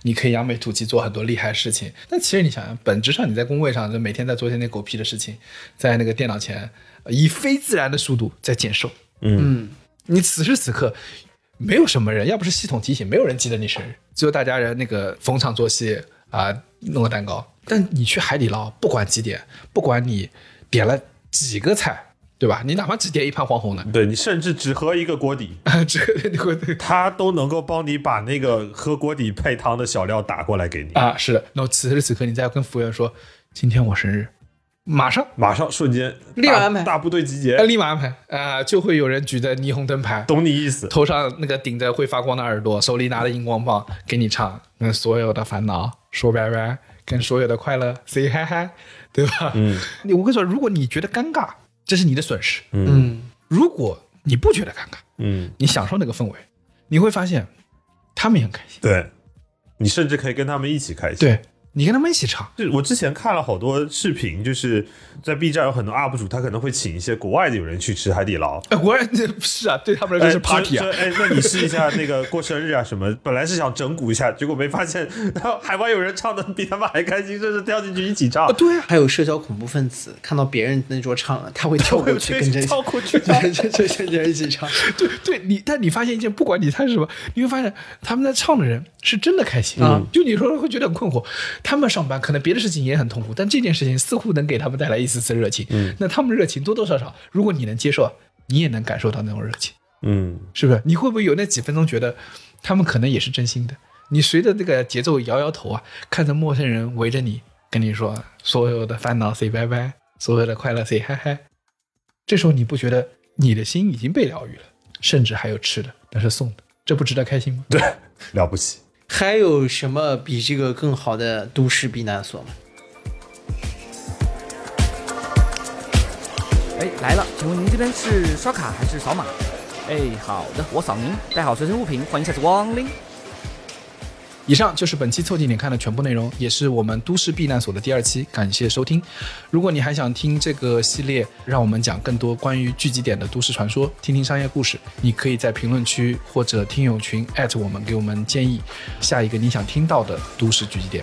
Speaker 7: 你可以扬眉吐气，做很多厉害的事情。但其实你想想，本质上你在工位上就每天在做一些那狗屁的事情，在那个电脑前呃以非自然的速度在减寿。
Speaker 5: 嗯，
Speaker 7: 你此时此刻没有什么人，要不是系统提醒，没有人记得你生日，只有大家人那个逢场作戏啊、弄个蛋糕。但你去海底捞，不管几点，不管你点了几个菜，对吧？你哪怕只点一盘黄红的，
Speaker 6: 对你甚至只喝一个锅底，
Speaker 7: 这个你会
Speaker 6: 他都能够帮你把那个喝锅底配汤的小料打过来给你，
Speaker 7: 啊，是的。那我此时此刻，你再跟服务员说，今天我生日，马上
Speaker 6: 马上瞬间
Speaker 5: 立马安排
Speaker 6: 大大部队集
Speaker 7: 呃
Speaker 6: 结，
Speaker 7: 立马安排啊、就会有人举着霓虹灯牌，
Speaker 6: 懂你意思。
Speaker 7: 头上那个顶着会发光的耳朵，手里拿着荧光棒，给你唱，跟所有的烦恼说拜拜，跟所有的快乐 say hi hi，对吧？
Speaker 6: 嗯
Speaker 7: 你我跟你说，如果你觉得尴尬，这是你的损失；
Speaker 6: 嗯
Speaker 5: 嗯，
Speaker 7: 如果你不觉得尴尬，
Speaker 6: 嗯，
Speaker 7: 你享受那个氛围，你会发现他们也很开心。
Speaker 6: 对，你甚至可以跟他们一起开心。
Speaker 7: 对你跟他们一起唱，
Speaker 6: 对，我之前看了好多视频，就是在 B 站有很多 UP 主，他可能会请一些国外的友人去吃海底捞，
Speaker 7: 哎，我 是啊，对他们来说是 party 啊
Speaker 6: 哎，。哎，那你试一下那个过生日啊什么？本来是想整蛊一下，结果没发现，然后海外有人唱的比他们还开心，甚至跳进去一起唱
Speaker 7: 啊，。对啊，
Speaker 5: 还有社交恐怖分子看到别人那桌唱了，他会跳过去跟着一起
Speaker 6: 跳过去
Speaker 5: 跟着跟着跟着一起唱。
Speaker 7: 对对，你但你发现一件，不管你他是什么，你会发现他们在唱的人是真的开心啊。就你说会觉得很困惑，他们上班可能别的事情也很痛苦，但这件事情似乎能给他们带来一丝丝热情。嗯，那他们热情多多少少，如果你能接受，你也能感受到那种热情，
Speaker 6: 嗯，
Speaker 7: 是不是？你会不会有那几分钟觉得他们可能也是真心的？你随着这个节奏摇摇头啊，看着陌生人围着你，跟你说所有的烦恼 say 拜拜，所有的快乐 say 嗨嗨。这时候你不觉得你的心已经被疗愈了，甚至还有吃的，那是送的，这不值得开心吗？对，
Speaker 6: 了不起。
Speaker 5: 还有什么比这个更好的都市避难所吗？
Speaker 2: 哎，来了，请问您这边是刷卡还是扫码？哎，好的，我扫您，带好随身物品，欢迎下次光临。
Speaker 7: 以上就是本期《凑近点看》的全部内容，也是我们都市避难所的第二期，感谢收听。如果你还想听这个系列，让我们讲更多关于聚集点的都市传说，听听商业故事，你可以在评论区或者听友群艾特我们，给我们建议下一个你想听到的都市聚集点。